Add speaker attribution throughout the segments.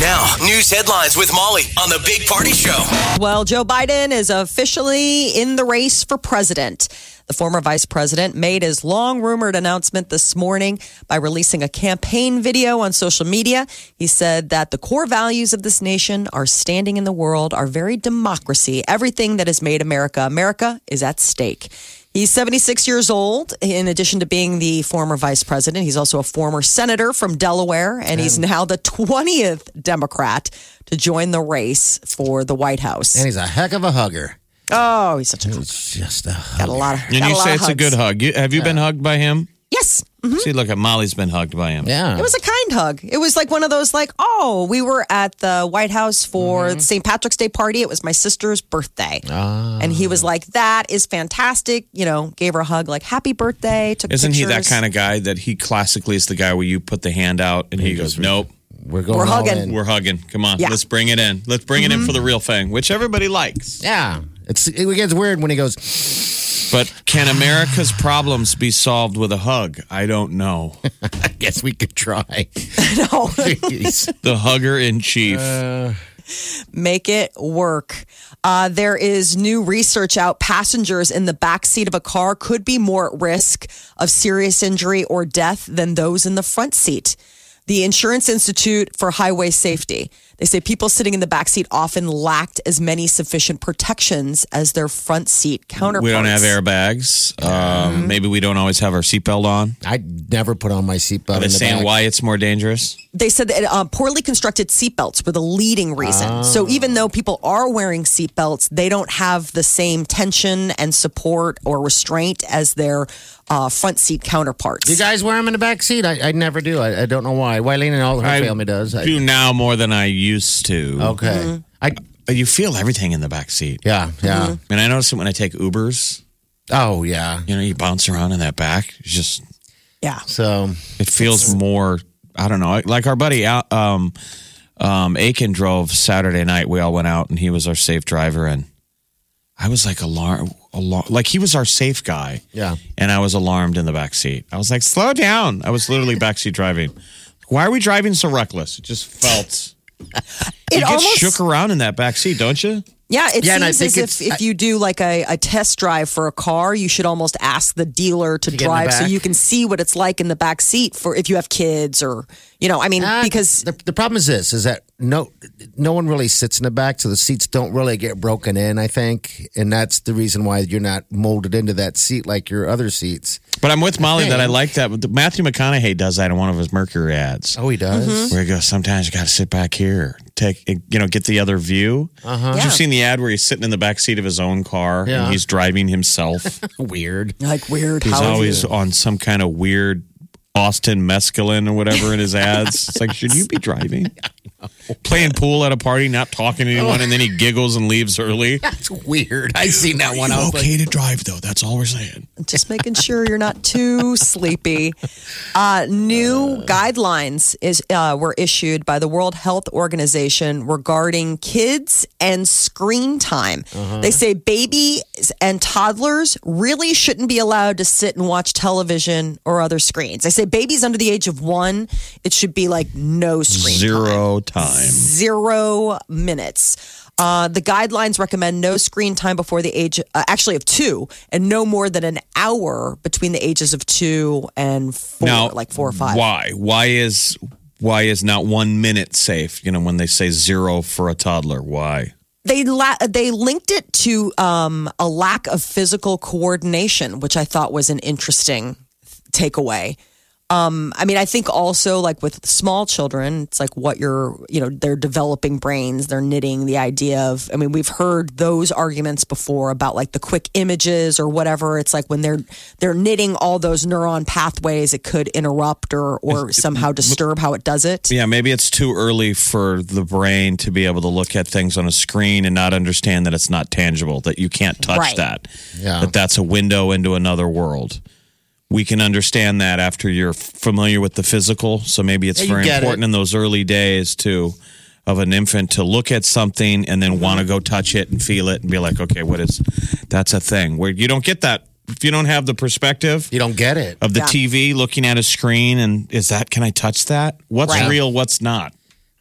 Speaker 1: Now, news headlines with Molly on the Big Party Show.
Speaker 2: Well, Joe Biden is officially in the race for president. The former vice president made his long rumored announcement this morning by releasing a campaign video on social media. He said that the core values of this nation, our standing in the world, our very democracy, everything that has made America America is at stake. He's 76 years old. In addition to being the former vice president, he's also a former senator from Delaware, and he's now the 20th Democrat to join the race for the White House.
Speaker 3: And he's a heck of a hugger.
Speaker 2: Oh, he's such a
Speaker 3: It's just a
Speaker 2: got
Speaker 3: hugger.
Speaker 2: a lot of.
Speaker 4: And
Speaker 2: got
Speaker 4: you
Speaker 2: lot
Speaker 4: say
Speaker 2: of
Speaker 4: it's a
Speaker 2: hugs.
Speaker 4: good hug. You, have you been hugged by him?
Speaker 2: Yes,
Speaker 4: See, look at Molly's been hugged by him.
Speaker 3: Yeah.
Speaker 2: It was a kind hug. It was like one of those, like, oh, we were at the White House for
Speaker 4: Mm-hmm.
Speaker 2: the St. Patrick's Day party. It was my sister's birthday.
Speaker 4: Ah.
Speaker 2: And he was like, that is fantastic. You know, gave her a hug, like, happy birthday. Took
Speaker 4: Isn't he that
Speaker 2: pictures.
Speaker 4: kind of guy that he classically is the guy where you put the hand out and he, goes, Nope,
Speaker 3: we're going
Speaker 2: We're
Speaker 3: all
Speaker 2: hugging.
Speaker 3: in.
Speaker 4: we're hugging. Come on,
Speaker 2: Yeah.
Speaker 4: let's bring it in. Let's bring it in for the real thing, which everybody likes.
Speaker 3: Yeah. It's, it gets weird when he goes,
Speaker 4: But can America's problems be solved with a hug? I don't know.
Speaker 3: I guess we could try.
Speaker 2: No.
Speaker 3: Jeez.
Speaker 4: The hugger in chief.
Speaker 2: Make it work. Uh, there is new research out. Passengers in the back seat of a car could be more at risk of serious injury or death than those in the front seat. The Insurance Institute for Highway Safety. They say people sitting in the back seat often lacked as many sufficient protections as their front seat counterparts.
Speaker 4: we don't have airbags. Um, maybe we don't always have our seatbelt on.
Speaker 3: I never put on my seatbelt.
Speaker 4: They're
Speaker 3: in the
Speaker 4: saying
Speaker 3: back.
Speaker 4: why it's more dangerous.
Speaker 2: They said that uh, poorly constructed seatbelts were the leading reason.
Speaker 3: Oh.
Speaker 2: So even though people are wearing seatbelts, they don't have the same tension and support or restraint as their uh, front seat counterparts.
Speaker 3: You guys wear them in the back seat? I, I never do. I, I don't know why. Wileen and all her
Speaker 4: I
Speaker 3: family does. I,
Speaker 4: do now more than I used to.
Speaker 3: okay.
Speaker 2: Mm-hmm.
Speaker 3: I
Speaker 4: But you feel everything in the back seat.
Speaker 3: yeah yeah.
Speaker 4: And I notice it when I take Ubers.
Speaker 2: Mm-hmm.
Speaker 3: Oh yeah.
Speaker 4: You know, you bounce around in that back. It's just
Speaker 2: yeah.
Speaker 3: So
Speaker 4: it feels more. I don't know. Like our buddy Al- um, um, Aiken drove Saturday night. We all went out, and he was our safe driver. And I was like alarm, alarm. Like he was our safe guy.
Speaker 3: Yeah.
Speaker 4: And I was alarmed in the back seat. I was like, "Slow down!" I was literally backseat driving. Why are we driving so reckless? It just felt.
Speaker 2: It
Speaker 4: you get shook around in that back seat, don't you?
Speaker 2: Yeah, it
Speaker 3: Yeah, and I
Speaker 2: seems as
Speaker 3: think
Speaker 2: if
Speaker 3: it's-
Speaker 2: if you do like a, a test drive for a car, you should almost ask the dealer to,
Speaker 3: get in the
Speaker 2: drive so
Speaker 3: back.
Speaker 2: you can see what it's like in the back seat for if you have kids or you know, I mean,
Speaker 3: uh,
Speaker 2: because
Speaker 3: the, the problem is this: is that no no one really sits in the back, so the seats don't really get broken in. I think, and that's the reason why you're not molded into that seat like your other seats.
Speaker 4: But I'm with Molly that I like that. Matthew McConaughey does that in one of his Mercury ads.
Speaker 3: Oh, he does.
Speaker 2: Mm-hmm.
Speaker 4: where he goes, sometimes you got to sit back here, take, you know, get the other view. Uh-huh.
Speaker 2: Yeah.
Speaker 4: You've seen the ad where he's sitting in the back seat of his own car
Speaker 3: Yeah.
Speaker 4: and he's driving himself.
Speaker 3: Weird.
Speaker 2: like weird
Speaker 4: he's
Speaker 2: how
Speaker 4: always on some kind of weird Austin mescaline or whatever in his ads. it's like, should you be driving? Playing pool at a party, not talking to anyone, and then
Speaker 3: Oh.
Speaker 4: he giggles and leaves early.
Speaker 3: That's weird. I seen that one. I was like,
Speaker 4: Okay to drive though. That's all we're saying.
Speaker 2: just making sure you're not too sleepy. Uh, new guidelines is uh, were issued by the World Health Organization regarding kids and screen time. They say babies and toddlers really shouldn't be allowed to sit and watch television or other screens. They say babies under the age of one, it should be like no screen time
Speaker 4: Zero time.
Speaker 2: zero minutes. Uh, the guidelines recommend no screen time before the age, uh, actually, of two, and no more than an hour between the ages of two and four,
Speaker 4: now,
Speaker 2: like four or five.
Speaker 4: Why? Why is why is not one minute safe? You know, when they say zero for a toddler, why?
Speaker 2: They la- they linked it to um, a lack of physical coordination, which I thought was an interesting takeaway. Um, I mean, I think also like with small children, it's like what you're, you know, they're developing brains, they're knitting the idea of. I mean, we've heard those arguments before about like the quick images or whatever. It's like when they're they're knitting all those neuron pathways, it could interrupt or or somehow disturb how it does it.
Speaker 4: Yeah, maybe it's too early for the brain to be able to look at things on a screen and not understand that it's not tangible, that you can't touch
Speaker 2: Right.
Speaker 4: that,
Speaker 3: Yeah.
Speaker 4: that that's a window into another world. We can understand that after you're familiar with the physical. So maybe it's
Speaker 3: Yeah, you
Speaker 4: very
Speaker 3: get
Speaker 4: important
Speaker 3: it.
Speaker 4: in those early days to of an infant to look at something and then want to go touch it and feel it and be like, okay, what is that's a thing where you don't get that if you don't have the perspective
Speaker 3: You don't get it.
Speaker 4: of the TV looking at a screen and is that can I touch that? What's
Speaker 2: Right.
Speaker 4: real, what's not?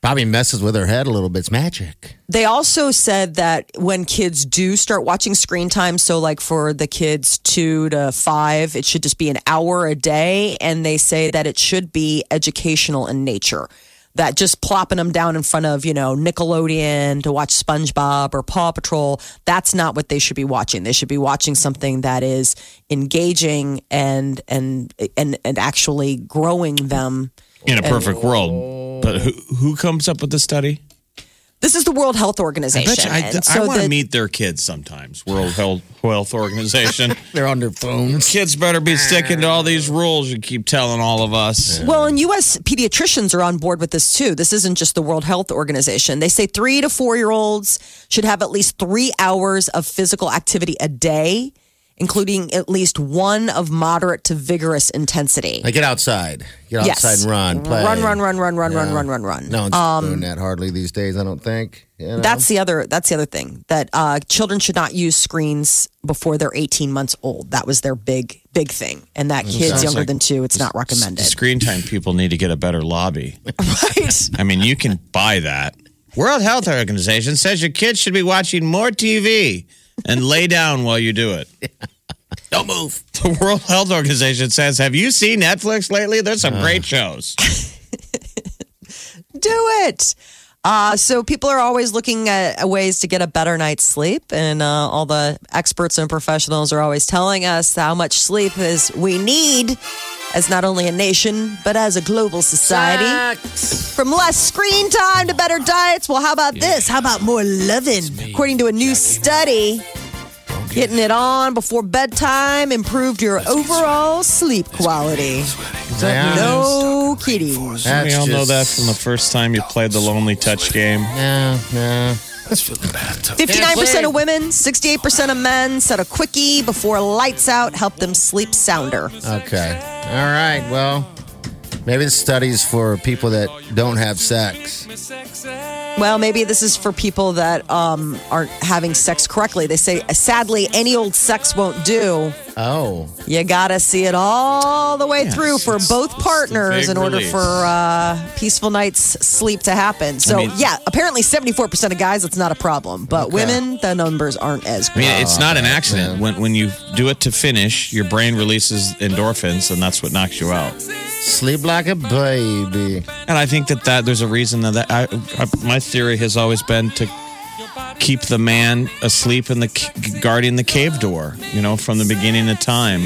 Speaker 3: Probably messes with her head a little bit. It's magic.
Speaker 2: They also said that when kids do start watching screen time, so like for the kids two to five, it should just be an hour a day. And they say that it should be educational in nature. That just plopping them down in front of, you know, Nickelodeon to watch SpongeBob or Paw Patrol, that's not what they should be watching. They should be watching something that is engaging and and and and actually growing them.
Speaker 4: In a perfect world. But who who comes up with the study?
Speaker 2: This is the World Health
Speaker 4: I
Speaker 2: Organization.
Speaker 4: bet you I,
Speaker 2: and
Speaker 4: I want to
Speaker 2: the-
Speaker 4: meet their kids sometimes. World Health Health Organization.
Speaker 3: They're on their phones.
Speaker 4: kids better be sticking to all these rules you keep telling all of us.
Speaker 2: Well, and U.S. pediatricians are on board with this too. This isn't just the World Health Organization. They say three to four year olds should have at least three hours of physical activity a day, including at least one of moderate to vigorous intensity.
Speaker 3: Like get outside. Get
Speaker 2: Yes.
Speaker 3: outside and run. Play.
Speaker 2: Run, run, run, run, run, run, run, run, run. Um,
Speaker 3: No one's doing that hardly these days, I don't think. You know?
Speaker 2: That's the other. That's the other thing that uh, children should not use screens before they're 18 months old. That was their big, big thing. And that kids
Speaker 4: sounds
Speaker 2: younger
Speaker 4: like-
Speaker 2: than two, it's not recommended.
Speaker 4: Screen time people need to get a better lobby.
Speaker 2: right?
Speaker 4: I mean, you can buy that. World Health Organization says your kids should be watching more TV and lay down while you do it.
Speaker 3: don't move.
Speaker 4: The World Health Organization says, "Have you seen Netflix lately? There's some great shows."
Speaker 2: do it. Uh, so people are always looking at ways to get a better night's sleep, and uh, all the experts and professionals are always telling us how much sleep is we need, as not only a nation but as a global society. From less screen time to better diets. Well, how about this? How about more loving? According to a new study, getting it on before bedtime improved your overall sleep quality.
Speaker 3: Yeah.
Speaker 2: No kidding.
Speaker 3: That's
Speaker 4: we all know
Speaker 3: just-
Speaker 4: that from the first time you played the Lonely Touch game.
Speaker 3: Yeah, yeah.
Speaker 2: 59% of women, 68% of men said a quickie before lights out helped them sleep sounder.
Speaker 3: Okay. All right. Well, maybe the studies for people that don't have sex.
Speaker 2: Well, maybe this is for people that um, aren't having sex correctly. They say, sadly, any old sex won't do.
Speaker 3: Oh,
Speaker 2: You got to see it all the way
Speaker 4: Yeah,
Speaker 2: through for
Speaker 4: it's-
Speaker 2: both
Speaker 4: it's the
Speaker 2: partners
Speaker 4: big
Speaker 2: in order
Speaker 4: release.
Speaker 2: for uh, peaceful night's sleep to happen. So,
Speaker 4: mean-
Speaker 2: yeah, apparently 74% of guys, it's not a problem. But women, the numbers aren't as
Speaker 4: I
Speaker 2: great.
Speaker 4: mean, it's not
Speaker 3: Ah,
Speaker 4: an accident. When when you do it to finish, your brain releases endorphins, and that's what knocks you out.
Speaker 3: sleep like a baby.
Speaker 4: And I think that, that there's a reason that, that I, I, my theory has always been to keep the man asleep in the c- guarding the cave door, you know, from the beginning of time,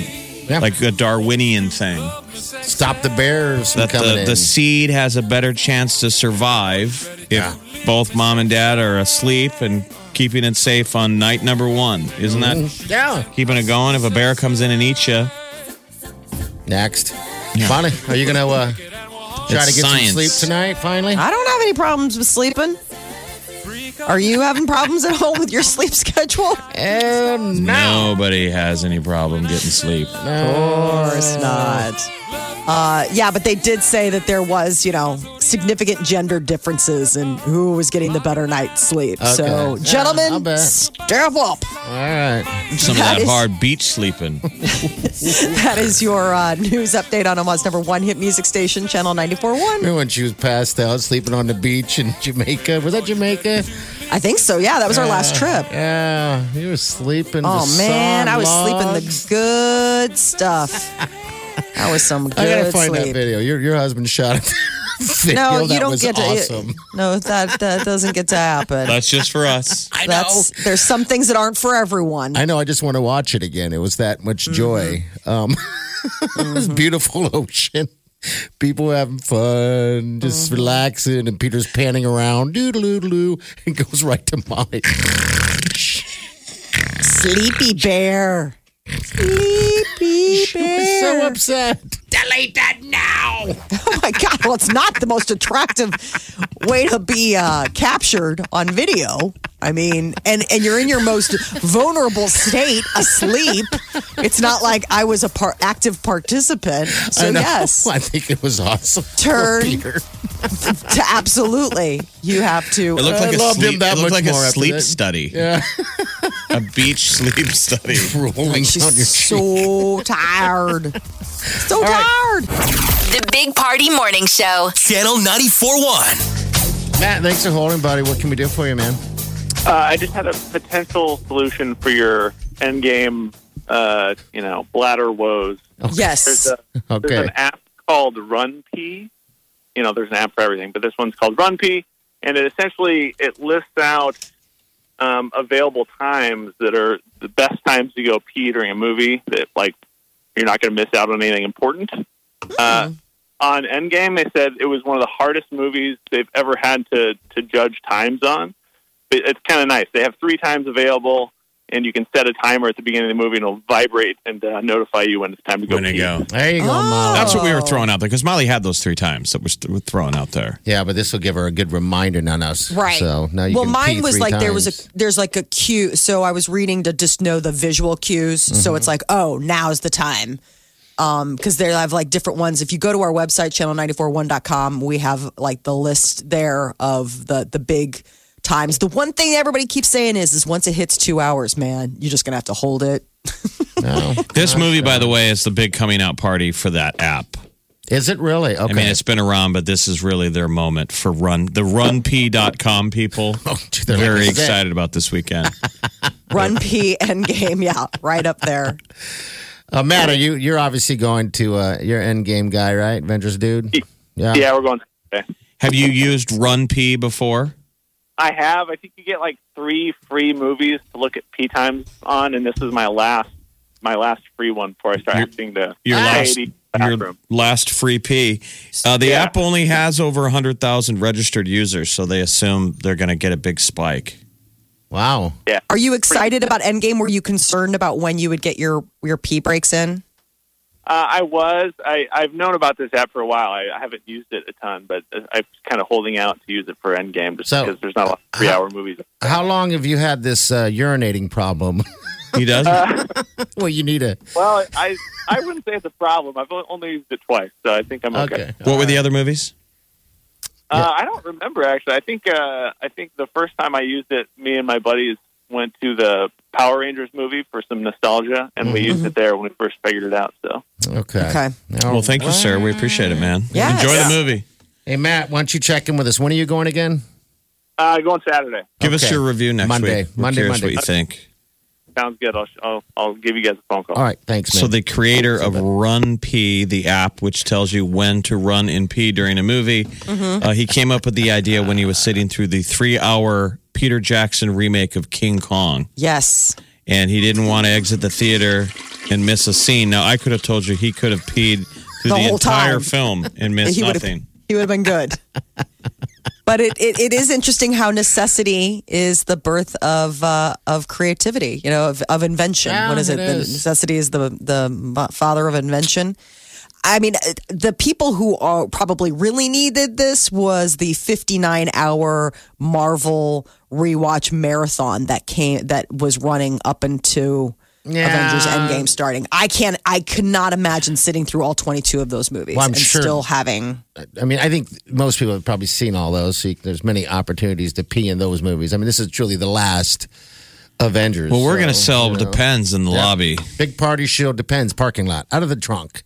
Speaker 3: Yeah.
Speaker 4: like a Darwinian thing.
Speaker 3: Stop the bears from
Speaker 4: that
Speaker 3: coming
Speaker 4: the,
Speaker 3: in.
Speaker 4: the seed has a better chance to survive if
Speaker 3: Yeah.
Speaker 4: both mom and dad are asleep and keeping it safe on night number one. Isn't
Speaker 3: Mm-hmm.
Speaker 4: that
Speaker 3: yeah.
Speaker 4: keeping it going? If a bear comes in and eats you,
Speaker 3: Next. Bonnie, are you gonna uh, try to
Speaker 4: It's
Speaker 3: get
Speaker 4: science.
Speaker 3: some sleep tonight? Finally.
Speaker 2: I don't have any problems with sleeping. Are you having problems at home with your sleep schedule? Of
Speaker 3: Oh no.
Speaker 4: nobody has any problem getting sleep.
Speaker 2: course not. Uh, yeah, but they did say that there was, you know, significant gender differences in who was getting the better night's sleep. So,
Speaker 3: Okay. Yeah, I'll
Speaker 2: gentlemen,
Speaker 3: bet.
Speaker 2: step up.
Speaker 3: All right.
Speaker 4: Some of
Speaker 2: That
Speaker 4: that
Speaker 2: is-
Speaker 4: hard beach sleeping.
Speaker 2: That is your uh, news update on Omaha's number one hit music station, Channel 94.1.
Speaker 3: Remember when she was passed out sleeping on the beach in Jamaica? Was that Jamaica?
Speaker 2: I think so. Yeah, that was our last trip.
Speaker 3: Yeah, you were sleeping.
Speaker 2: Oh,
Speaker 3: the
Speaker 2: man,
Speaker 3: sun
Speaker 2: I was sleeping
Speaker 3: logs.
Speaker 2: the good stuff. That was some good
Speaker 3: I gotta find
Speaker 2: sleep.
Speaker 3: that video. Your your husband shot it.
Speaker 2: No, you don't
Speaker 3: was
Speaker 2: get
Speaker 3: awesome.
Speaker 2: to. No, that that doesn't get to happen.
Speaker 4: That's just for us.
Speaker 3: I
Speaker 2: That's there's some things that aren't for everyone.
Speaker 3: I know. I just want
Speaker 2: Mm-hmm.
Speaker 3: to watch it again. It was that much joy. Um, it was beautiful ocean. People having fun, just
Speaker 2: Mm-hmm.
Speaker 3: relaxing, and Peter's panning around, doodaloo doo, and goes right to Molly.
Speaker 2: Sleepy Bear. Sleepy Bear.
Speaker 3: so upset.
Speaker 2: Oh my God. Well, it's not the most attractive way to be uh, captured on video. I mean, and, and you're in your most vulnerable state, asleep. It's not like I was a par- active participant. So,
Speaker 3: I know.
Speaker 2: yes,
Speaker 3: I think it was awesome.
Speaker 2: Turn.
Speaker 3: Poor Peter.
Speaker 2: to absolutely. You have to.
Speaker 4: It looked
Speaker 3: I
Speaker 4: like a
Speaker 3: loved him
Speaker 4: sleep,
Speaker 3: that
Speaker 4: it looked
Speaker 3: much
Speaker 4: like a
Speaker 3: more after
Speaker 4: sleep
Speaker 3: that.
Speaker 4: study. Yeah. a beach sleep study.
Speaker 3: Rolling down your
Speaker 2: She's so tired. So tired.
Speaker 5: The Big Party Morning Show.
Speaker 1: Channel 94.1.
Speaker 3: Matt, thanks for holding, buddy. What can we do for you, man?
Speaker 6: Uh, I just had a potential solution for your end game, uh, you know, bladder woes. There's,
Speaker 2: Yes.
Speaker 6: a, there's
Speaker 3: Okay.
Speaker 6: an app called Run P. You know, there's an app for everything, but this one's called Run P, and it essentially it lists out um, available times that are the best times to go pee during a movie that like you're not going to miss out on anything important.
Speaker 4: Hmm.
Speaker 6: Uh, on Endgame, they said it was one of the hardest movies they've ever had to to judge times on. But it's kind of nice. They have three times available, and you can set a timer at the beginning of the movie, and it'll vibrate and uh, notify you when it's time to go.
Speaker 4: When to
Speaker 6: pee.
Speaker 4: go.
Speaker 3: There you go,
Speaker 2: Oh.
Speaker 3: Molly.
Speaker 4: That's what we were throwing out there because Molly had those three times that we're, st- we're throwing out there.
Speaker 3: Yeah, but this will give her a good reminder, not us.
Speaker 2: Right.
Speaker 3: So now you
Speaker 2: well,
Speaker 3: can
Speaker 2: mine
Speaker 3: pee
Speaker 2: was
Speaker 3: three
Speaker 2: like there was
Speaker 3: times.
Speaker 2: a there's like a cue. So I was reading to just know the visual cues.
Speaker 3: Mm-hmm.
Speaker 2: So it's like, oh, now's the time. Um, because they have like different ones. If you go to our website, channel941.com, we have like the list there of the the big times. The one thing everybody keeps saying is is once it hits two hours, man, you're just gonna have to hold it.
Speaker 4: This movie, by the way, is the big coming out party for that app.
Speaker 3: Is it really? Okay.
Speaker 4: I mean, it's been around, but this is really their moment for run the runp.com people.
Speaker 3: Oh, dude, they're
Speaker 4: Very
Speaker 3: like, "Is that-"
Speaker 4: excited about this weekend.
Speaker 2: Run P end game, yeah, right up there.
Speaker 3: Uh, Matt, are you you're obviously going to uh, your end game guy, right? Avengers dude. Yeah.
Speaker 4: Uh-huh.
Speaker 6: Yeah, we're going. Okay.
Speaker 4: Have you used runp before?
Speaker 6: I have. I think you get like three free movies to look at P times on, and this is my last my last free one before I start acting the
Speaker 4: Your last,
Speaker 6: lady
Speaker 4: your
Speaker 6: bathroom.
Speaker 4: last free P. Uh, the
Speaker 6: Yeah.
Speaker 4: app only has over 100,000 registered users, so they assume they're going to get a big spike.
Speaker 3: Wow.
Speaker 2: Are you excited about Endgame? Were you concerned about when you would get your your pee breaks in?
Speaker 6: Uh, I was. I, I've known about this app for a while. I, I haven't used it a ton, but I'm kind of holding out to use it for Endgame just
Speaker 3: So-
Speaker 6: because there's not
Speaker 4: uh-huh.
Speaker 6: a lot of three hour movies.
Speaker 3: How long have you had this uh, urinating problem?
Speaker 4: He does?
Speaker 6: Uh,
Speaker 3: well, you need a
Speaker 6: Well, I I wouldn't say it's a problem. I've o- only used it twice, so I think I'm okay.
Speaker 3: okay.
Speaker 4: what were the other movies?
Speaker 6: Uh, I don't remember actually. I think uh, I think the first time I used it, me and my buddies went to the Power Rangers movie for some nostalgia, and
Speaker 3: Mm-hmm.
Speaker 6: we used it there when we first figured it out. So
Speaker 3: Okay.
Speaker 2: Okay.
Speaker 3: Oh,
Speaker 4: Well, thank you, sir. We appreciate it, man.
Speaker 2: Yes.
Speaker 4: Enjoy the movie.
Speaker 3: Hey, Matt, why don't you check in with us? When are you going again?
Speaker 6: uh, go on Saturday.
Speaker 4: Give us
Speaker 3: Okay.
Speaker 4: your review next
Speaker 3: Monday.
Speaker 4: week. We're
Speaker 3: Monday,
Speaker 4: curious
Speaker 3: Monday.
Speaker 4: what you think.
Speaker 6: Sounds good. I'll I'll, I'll give you guys a phone call.
Speaker 3: All right. Thanks, man.
Speaker 4: So the creator of Run P, the app which tells you when to run in pee during a movie,
Speaker 6: Mm-hmm.
Speaker 4: uh, he came up with the idea when he was sitting through the three-hour Peter Jackson remake of King Kong,
Speaker 2: Yes.
Speaker 4: and he didn't want to exit the theater and miss a scene. Now I could have told you he could have peed through
Speaker 2: The
Speaker 4: the,
Speaker 2: whole
Speaker 4: entire
Speaker 2: time.
Speaker 4: film and missed
Speaker 2: he would have
Speaker 4: nothing.
Speaker 2: he would have been good. but it, it, it is interesting how necessity is the birth of uh, of creativity. You know, of, of invention.
Speaker 3: Yeah,
Speaker 2: what is it?
Speaker 3: it
Speaker 2: The
Speaker 3: is.
Speaker 2: necessity is the the mo- father of invention. I mean, uh, the people who are probably really needed this was the 59 hour Marvel rewatch marathon that came that was running up into Avengers Endgame starting. I can't, I could not imagine sitting through all 22 of those movies
Speaker 3: Well, I'm
Speaker 2: and
Speaker 3: sure-
Speaker 2: still having.
Speaker 3: I mean, I think most people have probably seen all those. So you, there's many opportunities to pee in those movies. I mean, this is truly the last Avengers.
Speaker 4: Well, we're
Speaker 3: so,
Speaker 4: gonna sell
Speaker 3: you know.
Speaker 4: depends in the lobby.
Speaker 3: Big party shield depends. Parking lot out of the trunk.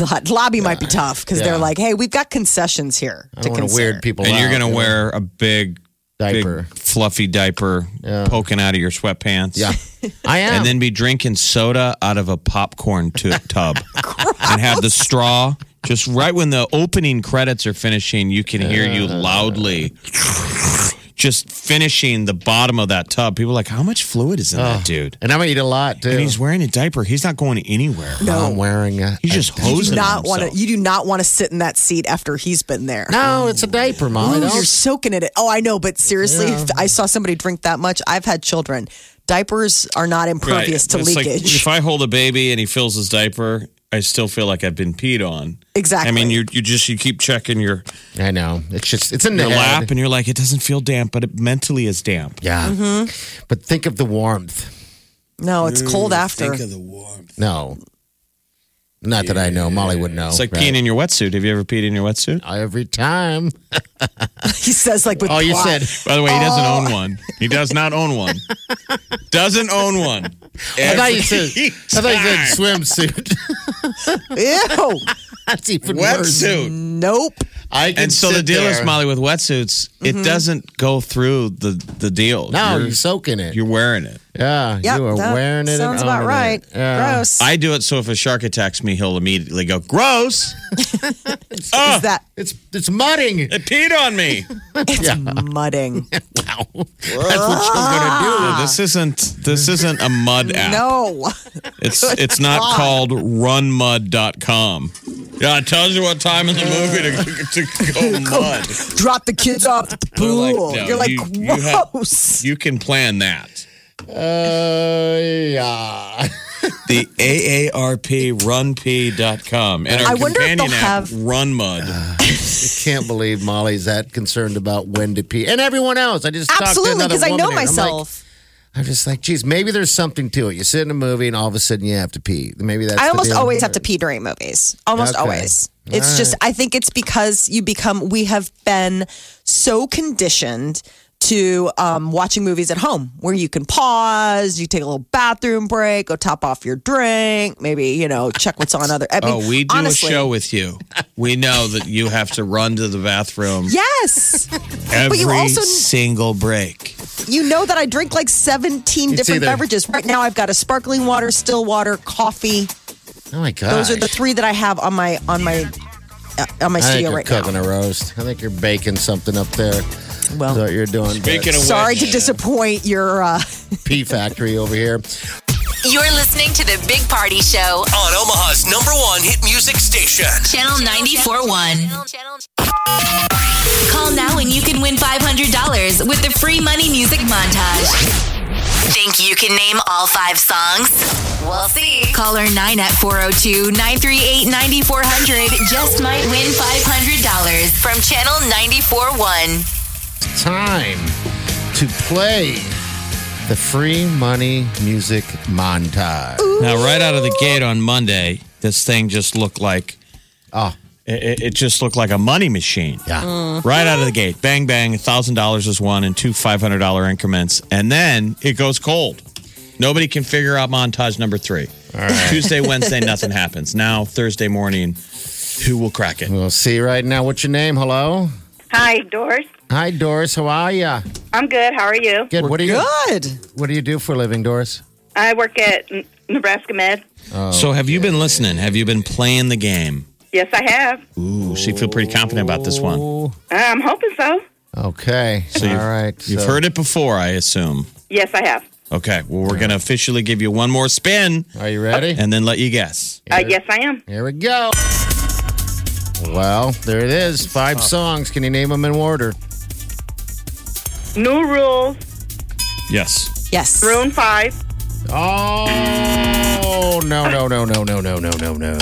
Speaker 2: lot. Lobby might be tough because
Speaker 3: Yeah.
Speaker 2: they're like, hey, we've got concessions here
Speaker 3: I
Speaker 2: to
Speaker 3: don't want to
Speaker 2: consider.
Speaker 3: weird people.
Speaker 4: And you're
Speaker 3: out.
Speaker 4: gonna wear a big,
Speaker 3: diaper.
Speaker 4: big fluffy diaper poking out of your sweatpants.
Speaker 3: Yeah, I am.
Speaker 7: Oh.
Speaker 4: and then be drinking soda out of a popcorn tu- tub and have the straw just
Speaker 7: Uh.
Speaker 4: right when the opening credits are finishing you can hear you loudly just finishing the bottom of that tub. People are like, how much fluid is in that dude?
Speaker 3: And I'm gonna eat a lot too.
Speaker 4: And he's wearing a diaper. He's not going anywhere.
Speaker 3: I'm wearing a.
Speaker 4: He's just
Speaker 7: You do
Speaker 4: hosing
Speaker 7: not want to.
Speaker 4: himself.
Speaker 7: You do not want to sit in that seat after he's been there.
Speaker 3: no, it's a diaper, mom. I
Speaker 7: Ooh,
Speaker 3: don't-
Speaker 7: you're soaking in it. Oh, I know, but seriously,
Speaker 3: Yeah.
Speaker 7: if I saw somebody drink that much. I've had children. Diapers are not impervious to
Speaker 4: It's like,
Speaker 7: leakage.
Speaker 4: if I hold a baby and he fills his diaper, I still feel like I've been peed on.
Speaker 7: Exactly.
Speaker 4: I mean, you you just you keep checking your
Speaker 3: I know. It's just it's in the
Speaker 4: your
Speaker 3: head.
Speaker 4: lap, and you're like, it doesn't feel damp, but it mentally is damp.
Speaker 3: Yeah.
Speaker 4: Mm-hmm.
Speaker 3: But think of the warmth.
Speaker 7: no, it's cold after.
Speaker 8: Think of the warmth.
Speaker 3: No. Not that I know. Molly would know.
Speaker 4: It's like
Speaker 3: right?
Speaker 4: peeing in your wetsuit. Have you ever peed in your wetsuit?
Speaker 3: every time.
Speaker 7: He says like with
Speaker 3: Oh, you
Speaker 7: pride.
Speaker 3: said
Speaker 4: By the way, he doesn't own one. He does not own one. Doesn't own one.
Speaker 3: I thought you said I thought you said swimsuit.
Speaker 7: Ew.
Speaker 3: That's even worse.
Speaker 4: wetsuit.
Speaker 7: nope.
Speaker 3: I can
Speaker 4: And so the
Speaker 3: sit
Speaker 4: deal
Speaker 3: there.
Speaker 4: is,
Speaker 3: Mm-hmm.
Speaker 4: Molly, with wetsuits, it doesn't go through the the deal.
Speaker 3: No,
Speaker 4: you're,
Speaker 3: you're soaking it.
Speaker 4: you're wearing it.
Speaker 3: yeah,
Speaker 7: Yep,
Speaker 3: you are
Speaker 7: that
Speaker 3: wearing it. and
Speaker 7: Sounds about
Speaker 3: owning
Speaker 7: right.
Speaker 3: It. Yeah.
Speaker 7: Gross.
Speaker 4: I do it so if a shark attacks me, he'll immediately go, gross.
Speaker 7: Is that
Speaker 3: It's it's mudding.
Speaker 4: It peed on me.
Speaker 7: it's mudding?
Speaker 3: Wow. That's what you're gonna do.
Speaker 4: this isn't this isn't a mud app.
Speaker 7: No.
Speaker 4: It's it's not called runmud.com. Yeah, it tells you what time in the movie to, to go mud.
Speaker 7: Drop the kids off at the
Speaker 4: They're like,
Speaker 7: pool.
Speaker 4: no,
Speaker 7: You're like
Speaker 4: you- you have-
Speaker 7: gross.
Speaker 4: You can plan that.
Speaker 3: Uh, yeah.
Speaker 4: The AARP runp.com and our
Speaker 7: I wonder if
Speaker 4: companion
Speaker 7: they'll
Speaker 4: app
Speaker 7: have-
Speaker 4: runmud.
Speaker 3: Can't believe Molly's that concerned about when to pee, and everyone else. I just
Speaker 2: Absolutely, because
Speaker 3: because
Speaker 2: I know myself.
Speaker 3: I'm just like, geez, maybe there's something to it. You sit in a movie, and all of a sudden you have to pee. Maybe that's.
Speaker 2: I
Speaker 3: the
Speaker 2: almost
Speaker 3: deal.
Speaker 2: always have to pee during movies. Almost
Speaker 3: Okay.
Speaker 2: always. It's just, I think it's because you become, we have been so conditioned to um, watching movies at home where you can pause, you take a little bathroom break, go top off your drink, maybe, you know, check what's on other. I mean,
Speaker 4: Oh, we do
Speaker 2: honestly,
Speaker 4: a show with you. We know that you have to run to the bathroom
Speaker 2: Yes.
Speaker 4: every
Speaker 2: you also-
Speaker 4: single break.
Speaker 2: you know that I drink like 17
Speaker 3: It's
Speaker 2: different
Speaker 3: either-
Speaker 2: beverages. Right now, I've got a sparkling water, still water, coffee.
Speaker 3: Oh my god.
Speaker 2: Those are the three that I have on my, on my, uh, on my
Speaker 3: I think
Speaker 2: studio
Speaker 3: you're
Speaker 2: right now.
Speaker 3: cooking a roast. I think you're baking something up there. Well, what you're doing.
Speaker 4: Speaking of
Speaker 2: Sorry
Speaker 4: which-
Speaker 2: to disappoint your. Uh,
Speaker 3: pea factory over here.
Speaker 5: You're listening to the Big Party Show,
Speaker 1: On Omaha's number one hit music station.
Speaker 5: Channel 94.1. Call now and you can win $500 with the free money music montage. Think you can name all five songs? We'll see. Caller 9 at 402 938 9400 just might win $500 from Channel 94.1.
Speaker 3: Time to play the free money music montage.
Speaker 4: Now, right out of the gate on Monday, this thing just looked like
Speaker 3: Oh,
Speaker 4: it, it- it just looked like a money machine.
Speaker 3: yeah.
Speaker 4: Right out of the gate, bang bang, thousand dollars is one, and two five hundred dollar increments, and then it goes cold. Nobody can figure out montage number three. Tuesday, Wednesday, nothing happens. Now Thursday morning, who will crack it?
Speaker 3: We'll see right now. What's your name? Hello.
Speaker 9: Hi, Doris.
Speaker 3: Hi, Doris. How are ya?
Speaker 9: I'm good. How are you?
Speaker 3: Good. What do you
Speaker 2: Good.
Speaker 3: What do you do for a living, Doris?
Speaker 9: I work at N- Nebraska Med.
Speaker 4: so, have you been listening? Have you been playing the game?
Speaker 9: Yes, I have.
Speaker 4: Ooh, so you feel pretty confident about this one.
Speaker 9: I'm hoping so.
Speaker 3: Okay. All
Speaker 4: you've-
Speaker 3: right.
Speaker 4: You've heard it before, I assume.
Speaker 9: Yes, I have.
Speaker 4: Okay, well, we're going to officially give you one more spin
Speaker 3: Are you ready?
Speaker 4: and then let you guess.
Speaker 9: Uh, yes, I am.
Speaker 3: Here we go. Well, there it is. Five songs. Can you name them in order?
Speaker 9: New rules,
Speaker 4: Yes.
Speaker 2: Yes.
Speaker 9: room five.
Speaker 3: Oh no no no no no no no no no!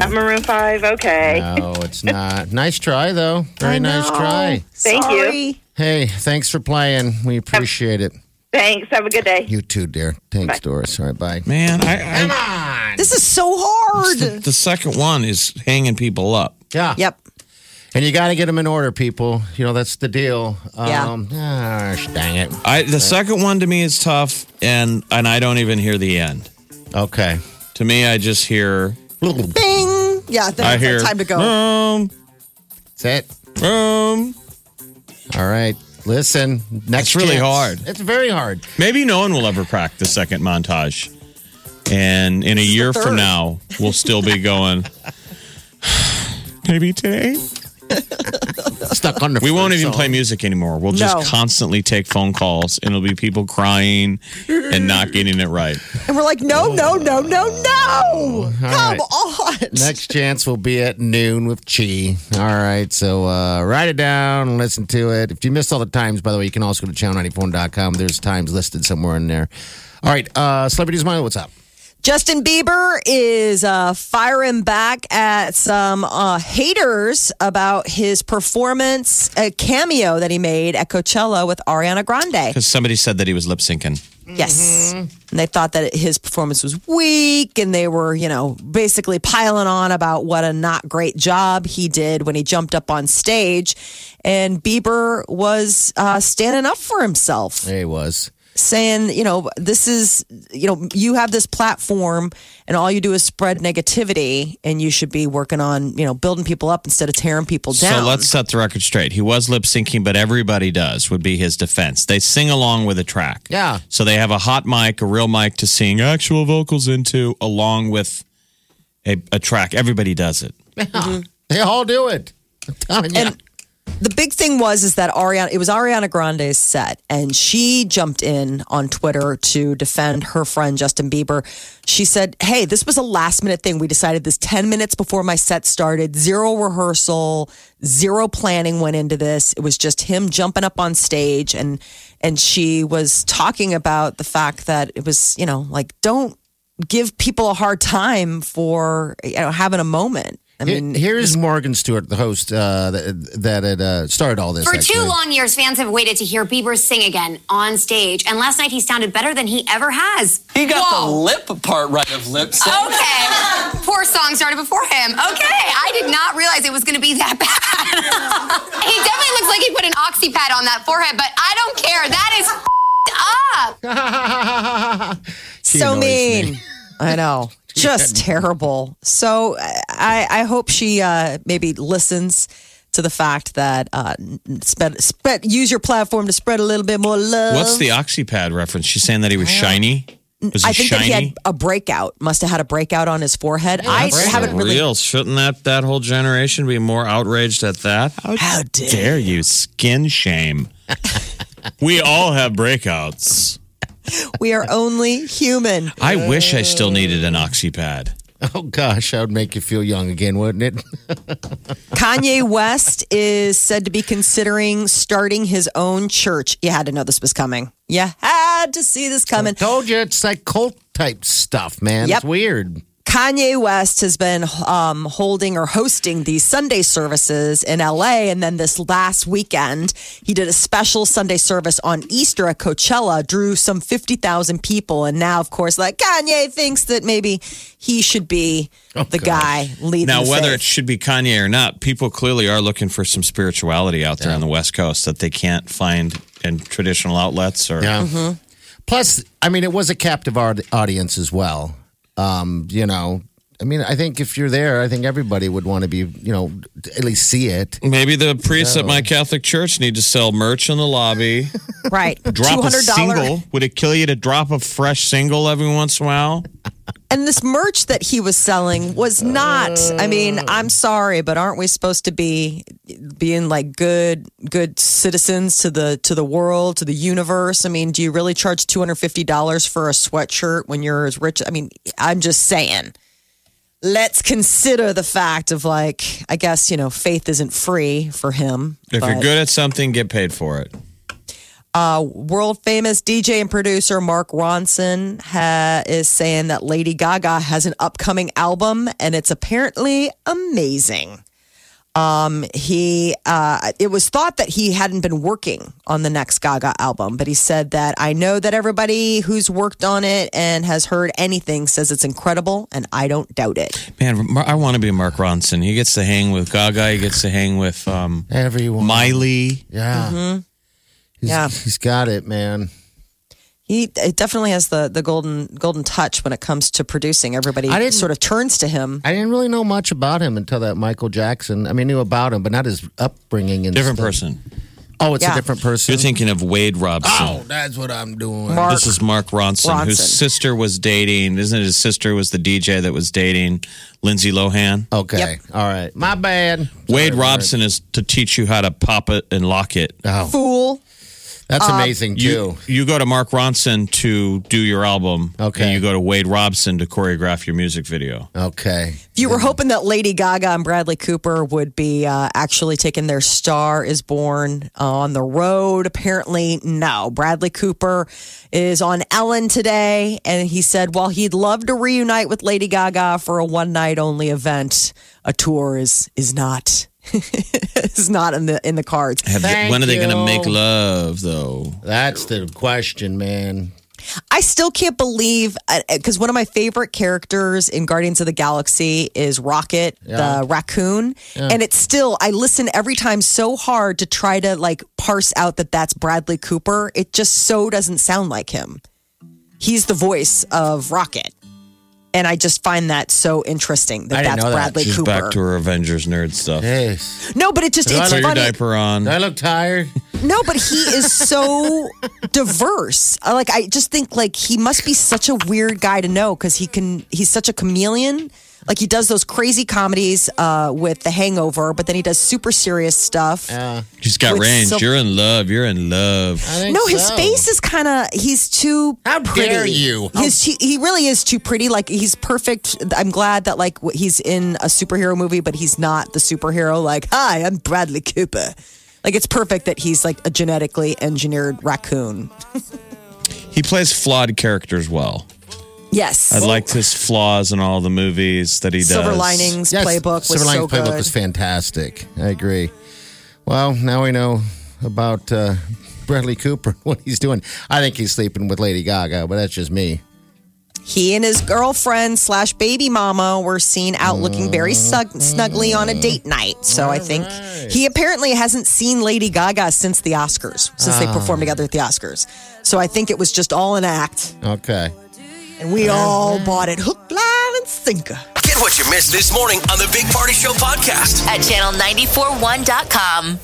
Speaker 9: I'm a room five. Okay.
Speaker 3: No, it's not. Nice try though. Very nice try.
Speaker 9: Thank you.
Speaker 3: Hey, thanks for playing. We appreciate it.
Speaker 9: Thanks. Have a good day.
Speaker 3: You too, dear. Thanks,
Speaker 9: Bye.
Speaker 3: Doris. All right, bye.
Speaker 4: Man, I, I
Speaker 2: This is so hard.
Speaker 4: the second one is hanging people up.
Speaker 3: Yeah.
Speaker 2: Yep.
Speaker 3: And you got to get them in order, people. You know that's the deal.
Speaker 2: Yeah.
Speaker 3: yeah. Gosh, dang it.
Speaker 4: I the second one to me is tough, and and I don't even hear the end.
Speaker 3: Okay.
Speaker 4: To me, I just hear
Speaker 2: Bing. Yeah. Then
Speaker 4: I
Speaker 2: it's
Speaker 4: hear
Speaker 2: like time to go.
Speaker 4: Boom,
Speaker 3: That's it.
Speaker 4: boom.
Speaker 3: All right. Listen. Next.
Speaker 4: It's really
Speaker 3: chance.
Speaker 4: hard.
Speaker 3: It's very hard.
Speaker 4: Maybe no one will ever crack the second montage, and in a year from now, we'll still be going. Maybe today.
Speaker 3: Stuck on the
Speaker 4: We won't
Speaker 3: first
Speaker 4: even
Speaker 3: song.
Speaker 4: play music anymore. We'll just
Speaker 2: No.
Speaker 4: constantly take phone calls and it'll be people crying and not getting it right.
Speaker 2: And we're like, no, no, no, no, no. Come
Speaker 3: right.
Speaker 2: on.
Speaker 3: Next chance will be at noon with Chi. All right, so uh, write it down, listen to it. If you missed all the times, by the way, you can also go to channel94.com. There's times listed somewhere in there. All right, uh, Celebrities Mile, what's up?
Speaker 2: Justin Bieber is uh, firing back at some uh, haters about his performance a cameo that he made at Coachella with Ariana Grande.
Speaker 4: Because somebody said that he was lip syncing.
Speaker 2: Yes. And they thought that his performance was weak and they were, you know, basically piling on about what a not great job he did when he jumped up on stage. And Bieber was uh, standing up for himself
Speaker 3: There he was.
Speaker 2: saying, you know, this is, you know, you have this platform and all you do is spread negativity and you should be working on, you know, building people up instead of tearing people down.
Speaker 4: So let's set the record straight. He was lip syncing, but everybody does, would be his defense. They sing along with a track.
Speaker 3: Yeah.
Speaker 4: So they have a hot mic, a real mic to sing actual vocals into, along with a, a track. Everybody does it.
Speaker 3: They all do it. I'm telling you.
Speaker 2: Mm-hmm. And the big thing was is that Ariana it was Ariana Grande's set and she jumped in on Twitter to defend her friend Justin Bieber. She said, "Hey, this was a last minute thing. We decided this 10 minutes before my set started. Zero rehearsal, zero planning went into this. It was just him jumping up on stage and and she was talking about the fact that it was, you know, like don't give people a hard time for you know having a moment. I
Speaker 3: Here-
Speaker 2: mean,
Speaker 3: here's Morgan Stewart, the host uh, that, that had uh, started all this.
Speaker 5: For
Speaker 3: actually.
Speaker 5: two long years, fans have waited to hear Bieber sing again on stage, and last night he sounded better than he ever has.
Speaker 1: He got the
Speaker 5: Whoa.
Speaker 1: lip part right of lip sync.
Speaker 5: Okay, poor song started before him. Okay, I did not realize it was going to be that bad. he definitely looks like he put an oxy pad on that forehead, but I don't care. That is up.
Speaker 3: She
Speaker 2: so
Speaker 3: annoys me.
Speaker 2: mean. I know. Just terrible. So uh, I, I hope she uh, maybe listens to the fact that uh, spread, spread, use your platform to spread a little bit more love.
Speaker 4: What's the Oxypad reference? She's saying that he was shiny. Was he
Speaker 2: I think
Speaker 4: shiny?
Speaker 2: that he had a breakout. Must have had a breakout on his forehead. I
Speaker 3: that's
Speaker 2: haven't
Speaker 4: For
Speaker 2: really.
Speaker 4: real. Shouldn't that that whole generation be more outraged at that? How, dare you skin shame? we all have breakouts.
Speaker 2: We are only human.
Speaker 4: I wish I still needed an oxypad.
Speaker 3: Oh gosh, that would make you feel young again, wouldn't it?
Speaker 2: Kanye West is said to be considering starting his own church. You had to know this was coming. You had to see this coming.
Speaker 3: Told you, it's like cult type stuff, man.
Speaker 2: Yep.
Speaker 3: It's weird.
Speaker 2: Kanye West has been um, holding or hosting these Sunday services in LA. And then this last weekend, he did a special Sunday service on Easter at Coachella, drew some 50,000 people. And now, of course, like Kanye thinks that maybe he should be the guy leading
Speaker 4: Oh, Now,
Speaker 2: the
Speaker 4: whether it
Speaker 2: faith.
Speaker 4: should be Kanye or not, people clearly are looking for some spirituality out there on the West Coast that they can't find in traditional outlets or
Speaker 3: Yeah. Plus, I mean, it was a captive aud- audience as well. Um, you know, I mean, I think if you're there, I think everybody would want to be, you know, at least see it.
Speaker 4: maybe the priests at my Catholic church need to sell merch in the lobby.
Speaker 2: right.
Speaker 4: drop a
Speaker 2: $200
Speaker 4: single. Would it kill you to drop a fresh single every once in a while?
Speaker 2: And this merch that he was selling was not. I mean, I'm sorry, but aren't we supposed to be being like good good citizens to the to the world, to the universe? I mean, do you really charge $250 for a sweatshirt when you're as rich? I mean, I'm just saying. Let's consider the fact of like, I guess, you know, faith isn't free for him.
Speaker 4: If
Speaker 2: but-
Speaker 4: you're good at something, get paid for it.
Speaker 2: uh, world famous DJ and producer Mark Ronson ha- is saying that Lady Gaga has an upcoming album and it's apparently amazing. Um, he uh, it was thought that he hadn't been working on the next Gaga album, but he said that I know that everybody who's worked on it and has heard anything says it's incredible, and I don't doubt it.
Speaker 4: Man, Mar- I want to be Mark Ronson. He gets to hang with Gaga. He gets to hang with um,
Speaker 3: Everyone.
Speaker 4: Miley.
Speaker 3: yeah. He's,
Speaker 2: Mm-hmm. Yeah.
Speaker 3: He's got it, man.
Speaker 2: He it definitely has the the golden golden touch when it comes to producing. Everybody
Speaker 3: I didn't-
Speaker 2: sort of turns to him.
Speaker 3: I didn't really know much about him until that Michael Jackson. I mean, knew about him, but not his upbringing. And
Speaker 4: Different
Speaker 3: stuff.
Speaker 4: person.
Speaker 3: Oh, it's
Speaker 2: Yeah.
Speaker 3: a different person.
Speaker 4: You're thinking of Wade Robson.
Speaker 3: oh, that's what I'm doing.
Speaker 2: Mark.
Speaker 4: This is Mark Ronson, whose
Speaker 2: Ronson.
Speaker 4: sister was dating. Isn't it his sister was the DJ that was dating Lindsay Lohan?
Speaker 3: Okay. All right. My bad.
Speaker 4: Wade Robson is to teach you how to pop it and lock it.
Speaker 3: Oh,
Speaker 2: Fool. Um,
Speaker 3: that's amazing too.
Speaker 4: You you go to Mark Ronson to do your album.
Speaker 3: Okay.
Speaker 4: And you go to Wade Robson to choreograph your music video.
Speaker 3: okay.
Speaker 2: If you were hoping that Lady Gaga and Bradley Cooper would be uh, actually taking their Star is Born uh, on the road, apparently, no. Bradley Cooper is on Ellen today, and he said while he'd love to reunite with Lady Gaga for a one night only event, a tour is is not. is not in the in the cards.
Speaker 4: Have they-
Speaker 3: Thank
Speaker 4: when are they going to
Speaker 3: you.
Speaker 4: make love though?
Speaker 3: That's the question, man.
Speaker 2: I still can't believe because one of my favorite characters in Guardians of the Galaxy is Rocket, the raccoon, and it's still I listen every time so hard to try to like parse out that that's Bradley Cooper. It just so doesn't sound like him. He's the voice of Rocket, and I just find that so interesting that
Speaker 3: I didn't
Speaker 2: that's
Speaker 3: know that.
Speaker 2: Bradley
Speaker 4: She's
Speaker 2: Cooper.
Speaker 4: back to her Avengers nerd stuff.
Speaker 3: Yes.
Speaker 2: no, but it just
Speaker 3: Do I
Speaker 2: it's
Speaker 4: Put
Speaker 3: look-
Speaker 4: your
Speaker 2: funny.
Speaker 4: diaper on.
Speaker 3: Do I look tired?
Speaker 2: No, but he is so diverse. Uh, Like I just think like he must be such a weird guy to know because he can he's such a chameleon. Like he does those crazy comedies uh, with The Hangover, but then he does super serious stuff.
Speaker 4: She's got
Speaker 2: With
Speaker 4: range.
Speaker 2: so-
Speaker 4: You're in love. You're in love.
Speaker 3: I think
Speaker 2: no, his
Speaker 3: so.
Speaker 2: face is kind of he's too.
Speaker 3: How
Speaker 2: pretty.
Speaker 3: dare you?
Speaker 2: His he, he really is too pretty. Like he's perfect. I'm glad that like wh- he's in a superhero movie, but he's not the superhero. Like hi, I'm Bradley Cooper. Like it's perfect that he's like a genetically engineered raccoon.
Speaker 4: He plays flawed characters well.
Speaker 2: Yes.
Speaker 4: I liked his flaws in all the movies that he does.
Speaker 2: Silver Linings
Speaker 3: Yes,
Speaker 2: playbook was
Speaker 3: Silver
Speaker 2: so
Speaker 3: Linings
Speaker 2: good.
Speaker 3: playbook was fantastic. I agree. Well, now we know about uh, Bradley Cooper, what he's doing. I think he's sleeping with Lady Gaga, but that's just me.
Speaker 2: he and his girlfriend slash baby mama were seen out looking very snug- snugly on a date night. So I think he apparently hasn't seen Lady Gaga since the Oscars, since they
Speaker 3: Ah.
Speaker 2: performed together at the Oscars. So I think it was just all an act,
Speaker 3: Okay.
Speaker 2: and we all bought it hook, line, and sinker.
Speaker 1: Get what you missed this morning on the Big Party Show podcast.
Speaker 5: At channel941.com.